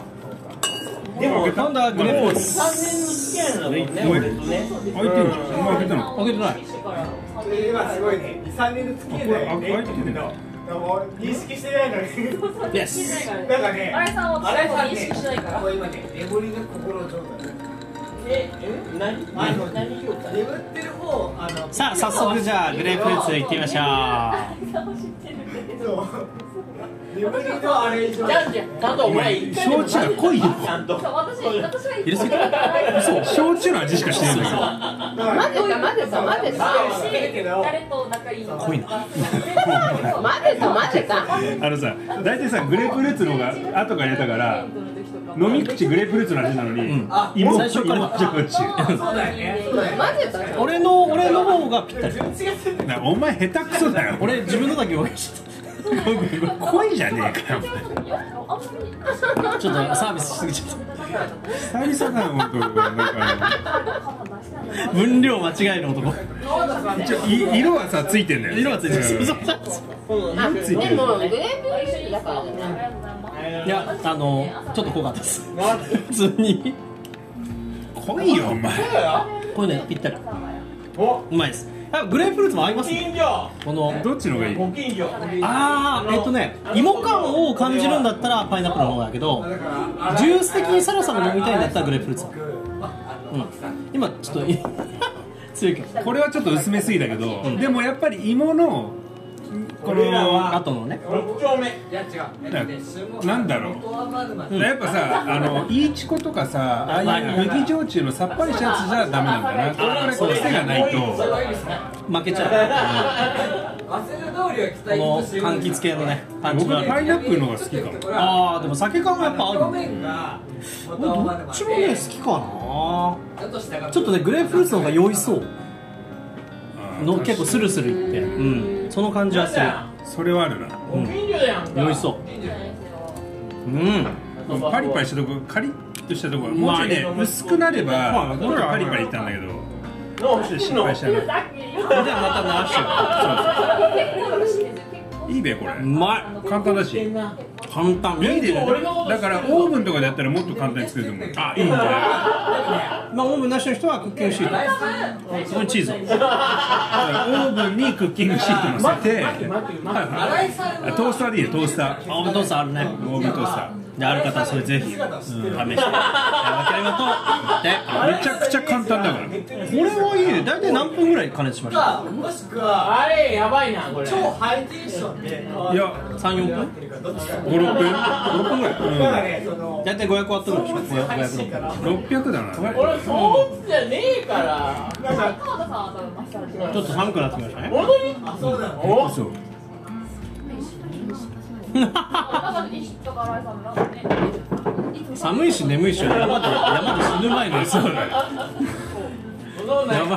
Speaker 2: で
Speaker 5: で
Speaker 2: も
Speaker 5: も
Speaker 1: 今度はグレープフルーツ
Speaker 5: 3年の付き合いなんだもんね俺とね
Speaker 2: 開いてるじゃん今開けたの
Speaker 1: 開けてない
Speaker 3: それはすごいね、2、3年の付き合いだよね。
Speaker 2: あこれあ開いてるんだ
Speaker 3: でも認識してないのに。
Speaker 1: Yes
Speaker 3: なんかね、
Speaker 4: あれさんは
Speaker 3: あ
Speaker 4: 私
Speaker 3: れ
Speaker 4: も
Speaker 3: さ
Speaker 4: 認識しないから。
Speaker 3: もう今ね、眠りが心をちょうだい。
Speaker 5: ええ何
Speaker 3: あの
Speaker 5: 何何評価
Speaker 3: 眠ってる方、あの。
Speaker 1: さあ早速じゃあグレープフルーツいってみましょう
Speaker 3: そう。眠りのあれ以上。
Speaker 5: じゃあじゃあちゃんとお前一回でも
Speaker 2: 焼酎が濃いよ
Speaker 5: ちゃんと
Speaker 4: そう私私は
Speaker 1: 入れすぎ
Speaker 2: そう焼酎の味しかしてないんだけど
Speaker 7: 混ぜた混ぜた混ぜた
Speaker 3: 混ぜたけど
Speaker 4: 誰と仲いいのか
Speaker 1: 濃いな
Speaker 7: 混ぜた混ぜた
Speaker 2: あのさ大体さグレープフルーツの方が後がやったから飲み口グレープフルーツの味なのに、
Speaker 1: ん
Speaker 2: 芋
Speaker 1: 最初から
Speaker 2: 芋焼酎
Speaker 3: そうだよね。そうだよね。
Speaker 7: 混ぜたじゃん
Speaker 1: 俺の俺の方がぴったり
Speaker 2: なお前下手くそだよ
Speaker 1: 俺自分のだけ用意して
Speaker 2: 濃いじゃねえかよ
Speaker 1: たちょっとサービスしすぎちゃっ
Speaker 2: 久々だな本当なんか
Speaker 1: た分量間違える男
Speaker 2: ちょい色はさついてんだよ
Speaker 1: 色がついてる
Speaker 2: うん
Speaker 1: そうそう
Speaker 5: 今度
Speaker 2: ついて
Speaker 7: で
Speaker 2: る
Speaker 7: もグレープフルーツだからじゃない
Speaker 1: いやあのちょっと濃かったです普通に
Speaker 2: 濃いよお前
Speaker 1: これねぴったり
Speaker 5: お
Speaker 1: うまいですあグレープフルーツも合いま
Speaker 5: ご
Speaker 1: すね
Speaker 5: 近所
Speaker 1: この
Speaker 2: どっちの方がいい
Speaker 5: ご近所
Speaker 1: あーえっとね芋感を感じるんだったらパイナップルの方だけど
Speaker 3: だから、
Speaker 1: ジュース的にサラサラ飲みたいんだったらグレープフルーツうん今ちょっとい [laughs] 強いけど
Speaker 2: これはちょっと薄めすぎだけど、でもやっぱり芋のこ
Speaker 5: 俺ら
Speaker 2: の
Speaker 5: は
Speaker 1: あとのね
Speaker 5: 6丁目
Speaker 3: いや、違う。
Speaker 2: なんだろうやっぱさあのいいちことかさああいう麦焼酎のさっぱりしたやつじゃダメなんだなこれ
Speaker 1: あーそう
Speaker 2: これ癖がないと
Speaker 1: 負けちゃう
Speaker 3: 忘れ通りは期
Speaker 1: この
Speaker 3: 待して
Speaker 1: 柑橘系のねパンチ
Speaker 2: 僕
Speaker 1: が
Speaker 2: はパ
Speaker 1: ある
Speaker 2: イナップルの方が好きかも
Speaker 1: あーでも酒感がやっぱ
Speaker 3: 表
Speaker 1: ある
Speaker 3: 面が
Speaker 1: どっちもね好きか
Speaker 3: ちょっとした
Speaker 1: なちょっとねグレープフルーツの方が酔いそうの結構ス
Speaker 2: る
Speaker 1: ルスルいってうんその感じはする
Speaker 2: それはあるな
Speaker 5: ご近所やんか
Speaker 1: 酔いそううん
Speaker 2: パリパリしたとこカリッとしたとこはもう
Speaker 1: ま
Speaker 2: ちょ
Speaker 1: あ
Speaker 2: い
Speaker 1: ね
Speaker 2: ね薄くなればもっとパリパリいったんだけど
Speaker 5: の
Speaker 2: ちょっと失敗したな
Speaker 1: じゃあまた直して
Speaker 2: いいべこれ
Speaker 1: うま
Speaker 2: 簡単だし
Speaker 1: い簡単
Speaker 2: いいで
Speaker 5: 俺のこと
Speaker 2: だからオーブンとかでやったらもっと簡単に作れると思うあいいんだ
Speaker 1: まあオーブンなしの人はクッキングシートそこにチーズを
Speaker 2: オーブンにクッキングシート乗せて
Speaker 5: 待って待って
Speaker 2: はいはいトースターでいいよトースター
Speaker 1: オーブントースターあるね
Speaker 2: オーブントースタ
Speaker 1: である方はそれぜひ、うん、試して分かりまとで
Speaker 2: ーめちゃくちゃ簡単だから
Speaker 1: これはいいね大体何分ぐらい加熱しました
Speaker 3: かもしくは
Speaker 5: あれやばいなこれ
Speaker 3: 超ハイテンションで
Speaker 2: いや
Speaker 1: 34分
Speaker 3: どっちか
Speaker 2: 56分56分ぐ
Speaker 3: だから
Speaker 2: らい、
Speaker 3: ねその
Speaker 1: 大体500ワットぐらいでしょ
Speaker 3: そういう配信か
Speaker 1: 500
Speaker 3: ら
Speaker 2: うん、600だな
Speaker 5: 俺そうじゃねえから
Speaker 3: なんか
Speaker 4: 川田さんは多分マッサージ
Speaker 1: ちょっと寒くなってきましたね [laughs]
Speaker 5: 本当に
Speaker 3: あそうなの
Speaker 5: お
Speaker 2: そう
Speaker 4: だから一緒とか新井さんもなんかね
Speaker 1: 寒いし眠いし山で山で死ぬ前のそうだよやばい
Speaker 4: でも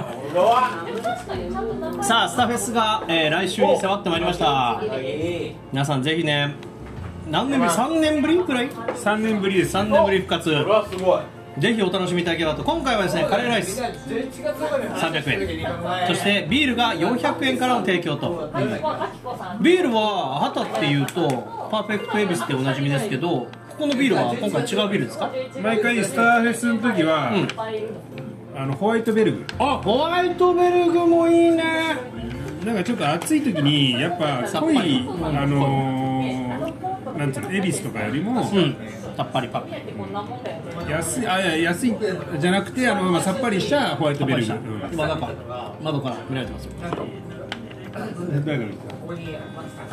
Speaker 4: 確かにちゃんと名前
Speaker 1: さあスタフェスが、えー来週に迫ってまいりました皆さんぜひね何年ぶり3年ぶりくらい
Speaker 2: 3年ぶりです
Speaker 1: 3年ぶり復活
Speaker 5: これはすごい
Speaker 1: ぜひお楽しみいただければと今回はですねカレーライス
Speaker 3: 11月まで
Speaker 1: 300円そしてビールが400円からの提供と
Speaker 4: あきこあきこさん
Speaker 1: ビールはハタっていうとパーフェクトエビスっておなじみですけどここのビールは今回違うビールですか
Speaker 2: 毎回スターフェスの時は、
Speaker 4: いっぱいいるの
Speaker 2: あのホワイトベルグ
Speaker 1: あホワイトベルグもいいね
Speaker 2: なんかちょっと暑い時にやっぱ
Speaker 1: さっ
Speaker 2: 濃
Speaker 1: ぱり
Speaker 2: いあのー、なんつうの恵比寿とかよりも、
Speaker 1: うんたっぱりパピ
Speaker 4: こんなもんだよね
Speaker 2: 安いあいや安いじゃなくてあの、まあ、さっぱりしたホワイトベルグ、うん
Speaker 1: 今なんか窓から見られてますよ
Speaker 2: だから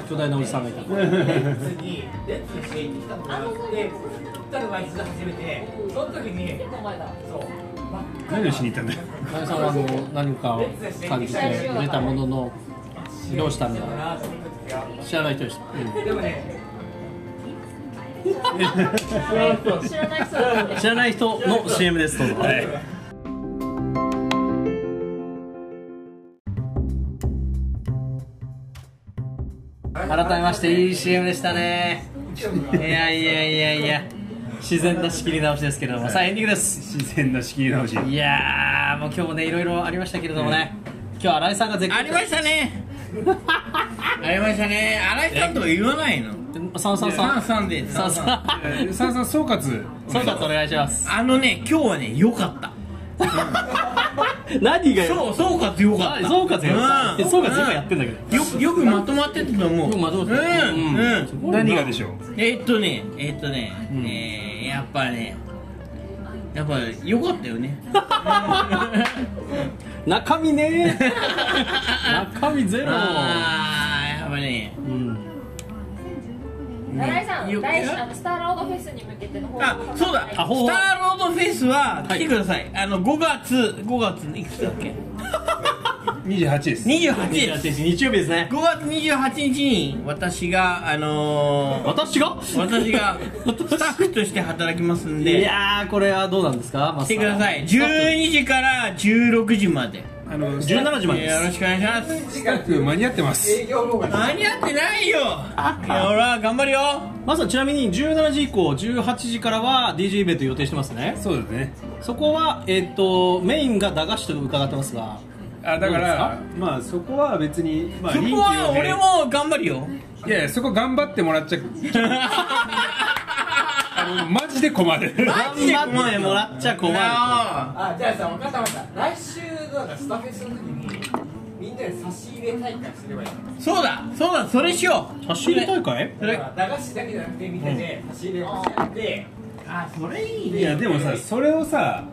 Speaker 1: 巨大なおじさんがいた
Speaker 2: 何をしに行ったんだよ
Speaker 1: 大さんはあの何かを感じて出たもののどうしたんだろう知らない人でした、
Speaker 4: 知らない人だって
Speaker 1: 知らない人の CM ですどうぞ、改めましていい CM でしたねいやいやいやいや自然な仕切り直しですけれどもさあエンディングです
Speaker 2: 自然な仕切り直し
Speaker 1: いやーもう今日もねいろいろありましたけれどもね、今日は新井さんが絶
Speaker 6: ありましたねありましたね新井さんとか言わないの
Speaker 1: さんさんさ
Speaker 6: 三
Speaker 1: ん
Speaker 6: 三で
Speaker 1: さんさん
Speaker 2: さあさあ総括
Speaker 1: 総括お願いします
Speaker 6: あのね今日はね良かった
Speaker 1: 何が
Speaker 6: そう総括良かった
Speaker 1: 総括や
Speaker 6: うん
Speaker 1: 総括今やってんだけど
Speaker 6: よよくまとまってたと思う
Speaker 1: よくまとまってた
Speaker 6: うん
Speaker 1: う
Speaker 6: うん
Speaker 2: 何がでしょう
Speaker 6: えーっとねえーっとね、えーやっぱねやっぱ良かったよね
Speaker 1: 中身ね [laughs] 中身ゼロ
Speaker 6: あーやっぱね
Speaker 1: うん
Speaker 4: 新井さん
Speaker 6: よ
Speaker 4: 来週あのスターロードフェスに向けての報
Speaker 6: あ
Speaker 4: 告
Speaker 6: そうだスタ
Speaker 1: あ
Speaker 6: ー
Speaker 1: ほうほう
Speaker 6: ロードフェスは
Speaker 1: は
Speaker 6: 来
Speaker 1: い
Speaker 6: てください、あの5月5月のいくつだっけ
Speaker 2: 28です
Speaker 6: 28
Speaker 1: 日
Speaker 6: です
Speaker 1: 日曜日ですね
Speaker 6: 5月28日に私があのー
Speaker 1: 私が
Speaker 6: 私がスタッフとして働きますん
Speaker 1: い
Speaker 6: で
Speaker 1: やーこれはどうなんですかマス
Speaker 6: 来て
Speaker 1: ター
Speaker 6: ください12時から16時まで
Speaker 2: あの
Speaker 1: 17時までで
Speaker 6: よろ
Speaker 1: す
Speaker 6: しくお願いします
Speaker 2: スタッフ間に合ってます
Speaker 6: 間に合ってないよいや俺は頑張るよ
Speaker 1: まずはちなみに17時以降18時からは DJ イベント予定してますね
Speaker 2: そうですね
Speaker 1: そこはえっとメインが駄菓子と伺ってますが
Speaker 2: あだ
Speaker 1: ど
Speaker 2: からまあそこは別にまあ
Speaker 6: そこは俺
Speaker 2: 臨
Speaker 6: も頑張るよ
Speaker 2: 機応変いやいやそこ頑張ってもらっちゃあのマジで困る
Speaker 1: 頑張ってもらっちゃ困る
Speaker 6: あ
Speaker 3: あじゃあさ分かった分かった来週のなんかスタフェスの時にみんなで差し入れ大会すればいいの
Speaker 6: ーそうだそうだそれしよう
Speaker 1: 差し入れ大会
Speaker 6: そ
Speaker 3: だ
Speaker 6: れ
Speaker 3: から駄菓子だけじゃなくてみんなで差し入れをしてやって
Speaker 6: あそれいい
Speaker 2: いやでもさそれをさ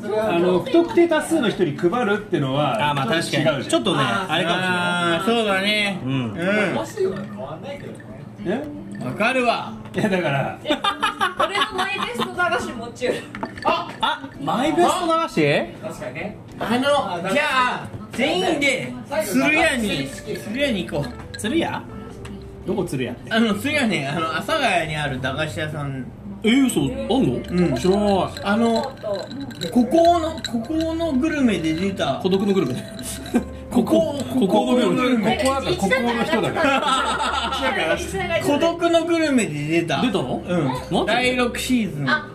Speaker 3: それは
Speaker 2: あの不特定多数の人に配るってのは
Speaker 1: あーまあ確かに
Speaker 2: 違うじ
Speaker 1: ち
Speaker 2: ゃ
Speaker 1: ょっ
Speaker 2: ん
Speaker 1: とねあれかもしれない
Speaker 6: あーそうだね
Speaker 1: うん
Speaker 3: もしは変わんないけどね
Speaker 2: え
Speaker 6: うんわかるわ
Speaker 2: いやだから
Speaker 4: 俺のマイベスト駄菓子もちゅう
Speaker 1: あマイベスト流し
Speaker 3: 確かにね
Speaker 6: あのじゃあ全員で鶴屋に鶴屋に行こう
Speaker 1: 鶴屋どこ鶴屋って
Speaker 6: あの鶴屋ねあの阿佐ヶ谷にある駄菓子屋さん
Speaker 1: えー、そうあんの
Speaker 6: うん
Speaker 1: 知らない
Speaker 6: あのここのここのグルメで出た
Speaker 1: 孤独のグルメここここのグルメ
Speaker 2: ここはここの人
Speaker 6: [laughs]
Speaker 2: だから
Speaker 4: ら
Speaker 6: 孤独のグルメで出た
Speaker 1: 出たの
Speaker 6: う
Speaker 1: マ
Speaker 6: ん
Speaker 1: ジ
Speaker 6: 第6シーズン
Speaker 4: あ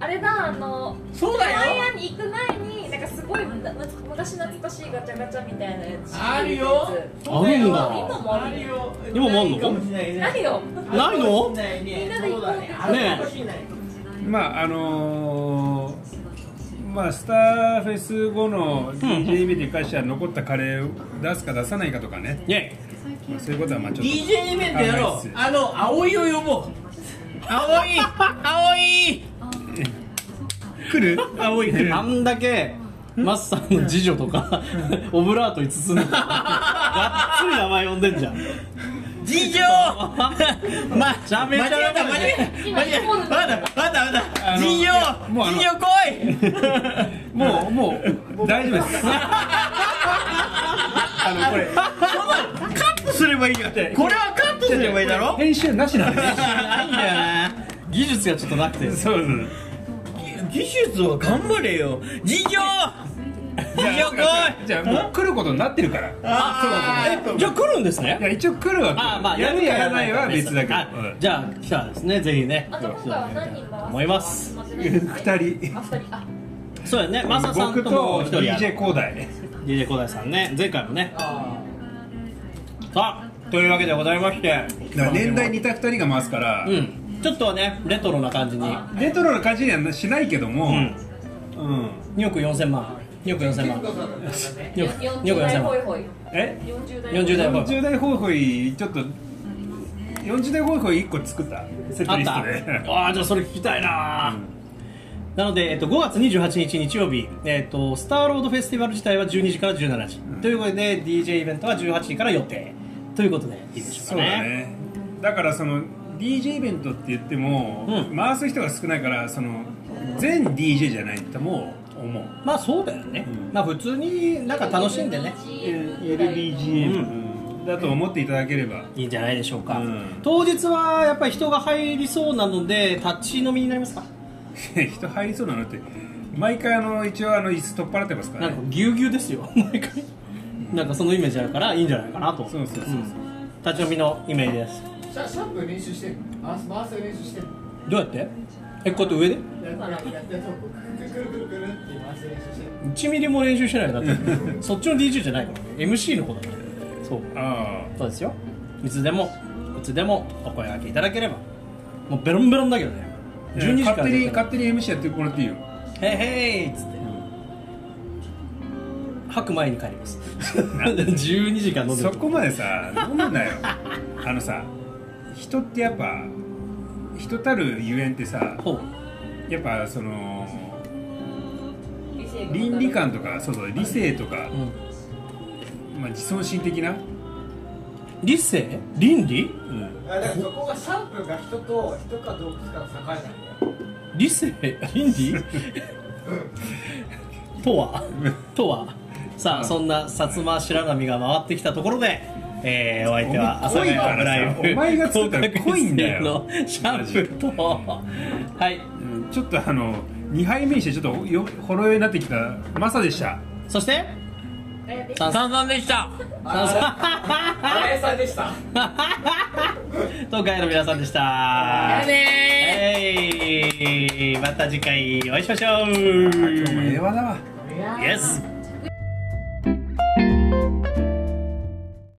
Speaker 4: あれだあの
Speaker 6: そうだよ
Speaker 4: マイアに行く前になんかすごいむ昔懐かしいガチャガチャみたいなやつ
Speaker 6: あるよ
Speaker 1: あるん
Speaker 4: あ今
Speaker 1: だ
Speaker 4: もあるよ
Speaker 6: よ
Speaker 1: 今もあんの
Speaker 6: かもしれないね
Speaker 4: ないよ
Speaker 1: ないの
Speaker 4: みんなで行こうって
Speaker 1: ね
Speaker 2: まああのーまあスターフェス後の DJ イベントに関しては残ったカレーを出すか出さないかとかね、
Speaker 1: イェイ
Speaker 2: まあそういうことはまあちょっと
Speaker 6: DJ イベントやろう
Speaker 2: あ
Speaker 6: あの葵を呼ぼう葵葵来る葵来る
Speaker 1: あんだけマスさんの次女とかオブラートに包んでたがっつり名前呼んでんじゃん
Speaker 6: 事情ま、間違
Speaker 1: ちゃめちゃ
Speaker 6: えた間違えた間違えたわかったわかったわかった事情
Speaker 2: もうあの
Speaker 6: 事情来い
Speaker 2: もうもう大丈夫ですあ
Speaker 1: [laughs]
Speaker 2: のこれ
Speaker 6: カットすればいいよこれはカットすればいいだろ
Speaker 2: 編集なしなんで
Speaker 6: ないんだよな技術がちょっとなくて
Speaker 1: そうそう
Speaker 6: 技術は頑張れよ事業事業来い
Speaker 2: じゃあもう来ることになってるから
Speaker 6: あー
Speaker 1: じゃあ来るんです
Speaker 2: いや
Speaker 1: ね
Speaker 2: 一応来るわけ
Speaker 1: あーまあ
Speaker 2: やるやらないは別だけど
Speaker 1: あじゃあ来たんですねぜひね
Speaker 4: あと今回は何人回す
Speaker 1: 思います
Speaker 2: 2人
Speaker 4: あ、二人あ、
Speaker 1: そうやねマサさん
Speaker 2: 僕
Speaker 1: ともう
Speaker 2: と
Speaker 1: 一人や
Speaker 2: DJ コーダイ
Speaker 1: DJ 小田井さんね前回もねさあというわけでございまして
Speaker 2: 年代似た2人が回すから、
Speaker 1: うんちょっとねレトロな感じに
Speaker 2: レトロな感じにはしないけども、
Speaker 1: うん
Speaker 2: うん
Speaker 1: 2億4000万2億4000万2億2億
Speaker 4: 40代
Speaker 1: 4000
Speaker 4: ホイ
Speaker 1: 万
Speaker 4: ホイ
Speaker 2: え
Speaker 4: 40代
Speaker 1: 40代
Speaker 2: 40代ホイホイちょっと40代ホイホイ1個作ったセ
Speaker 1: あ
Speaker 2: ット
Speaker 1: っ
Speaker 2: リス
Speaker 1: た
Speaker 2: トで
Speaker 1: ああじゃあそれ聞きたいな、なので、えっと、5月28日日曜日、えっと、スターロードフェスティバル自体は12時から17時、ということで DJ イベントは18時から予定ということでいいでしょうか
Speaker 2: そうだ
Speaker 1: ね
Speaker 2: ねだからその DJ イベントって言っても、
Speaker 1: うん
Speaker 2: 回す人が少ないからその全 DJ じゃないとも思う
Speaker 1: まあそうだよね、
Speaker 2: うん
Speaker 1: まあ普通になんか楽しんでね
Speaker 2: LBGM だと思っていただければ [laughs]
Speaker 1: いいんじゃないでしょうか、
Speaker 2: うん
Speaker 1: 当日はやっぱり人が入りそうなので立ち飲みになりますか
Speaker 2: 人入りそうなのって毎回あの一応あの椅子取っ払ってますか
Speaker 1: な
Speaker 2: ら
Speaker 1: ん
Speaker 2: ね
Speaker 1: かぎゅうぎゅうですよ [laughs] 毎回なんかそのイメージあるからいいんじゃないかなと
Speaker 2: そうそうそうそうん
Speaker 1: 立ち飲みのイメージです
Speaker 3: シャシャンプー練習してんの回す回す練習してんの
Speaker 1: どうやってえこうやって上で
Speaker 3: やったらやったらこうくるくるくるくるって回す練習してんの
Speaker 1: 1ミリも練習してないよだってそっちの DJ じゃないからね MC の方だからそう
Speaker 2: あ
Speaker 1: そうですよいつでもいつでもお声掛けいただければもうベロンベロンだけどね
Speaker 2: あ
Speaker 1: 12時から
Speaker 2: 勝手に勝手に MC やってもらっていいよ
Speaker 1: ヘイヘイっつって吐く前に帰ります [laughs] 12時間飲んで
Speaker 2: そ
Speaker 1: る
Speaker 2: こまでさ飲む
Speaker 1: [laughs]
Speaker 2: なよあのさ人ってやっぱ人たるゆえんってさ
Speaker 1: ほう
Speaker 2: やっぱその倫理観とかそうそう理性とか、
Speaker 1: うん
Speaker 2: まあ、自尊心的な、
Speaker 1: 理性倫理
Speaker 2: うん、
Speaker 3: あだからそこがシャンプーが人と人か動物かの境なんだよ
Speaker 1: 理性倫理とはとはさあそんな薩摩白波が回ってきたところで、えー、お相手は
Speaker 2: お前
Speaker 1: 朝ヶライブ
Speaker 2: お前が作ったら濃いんだよ
Speaker 1: のシャンプーとはい
Speaker 2: うんちょっとあの2杯目にしてちょっとよほろ酔いになってきたマサでした
Speaker 1: そして三
Speaker 6: さんさんでした
Speaker 1: 三
Speaker 3: あれさんでした
Speaker 1: 東海の皆さんでした
Speaker 6: やね
Speaker 1: はいまた次回お会いしましょう
Speaker 2: あ今日も平和だわ
Speaker 1: Yes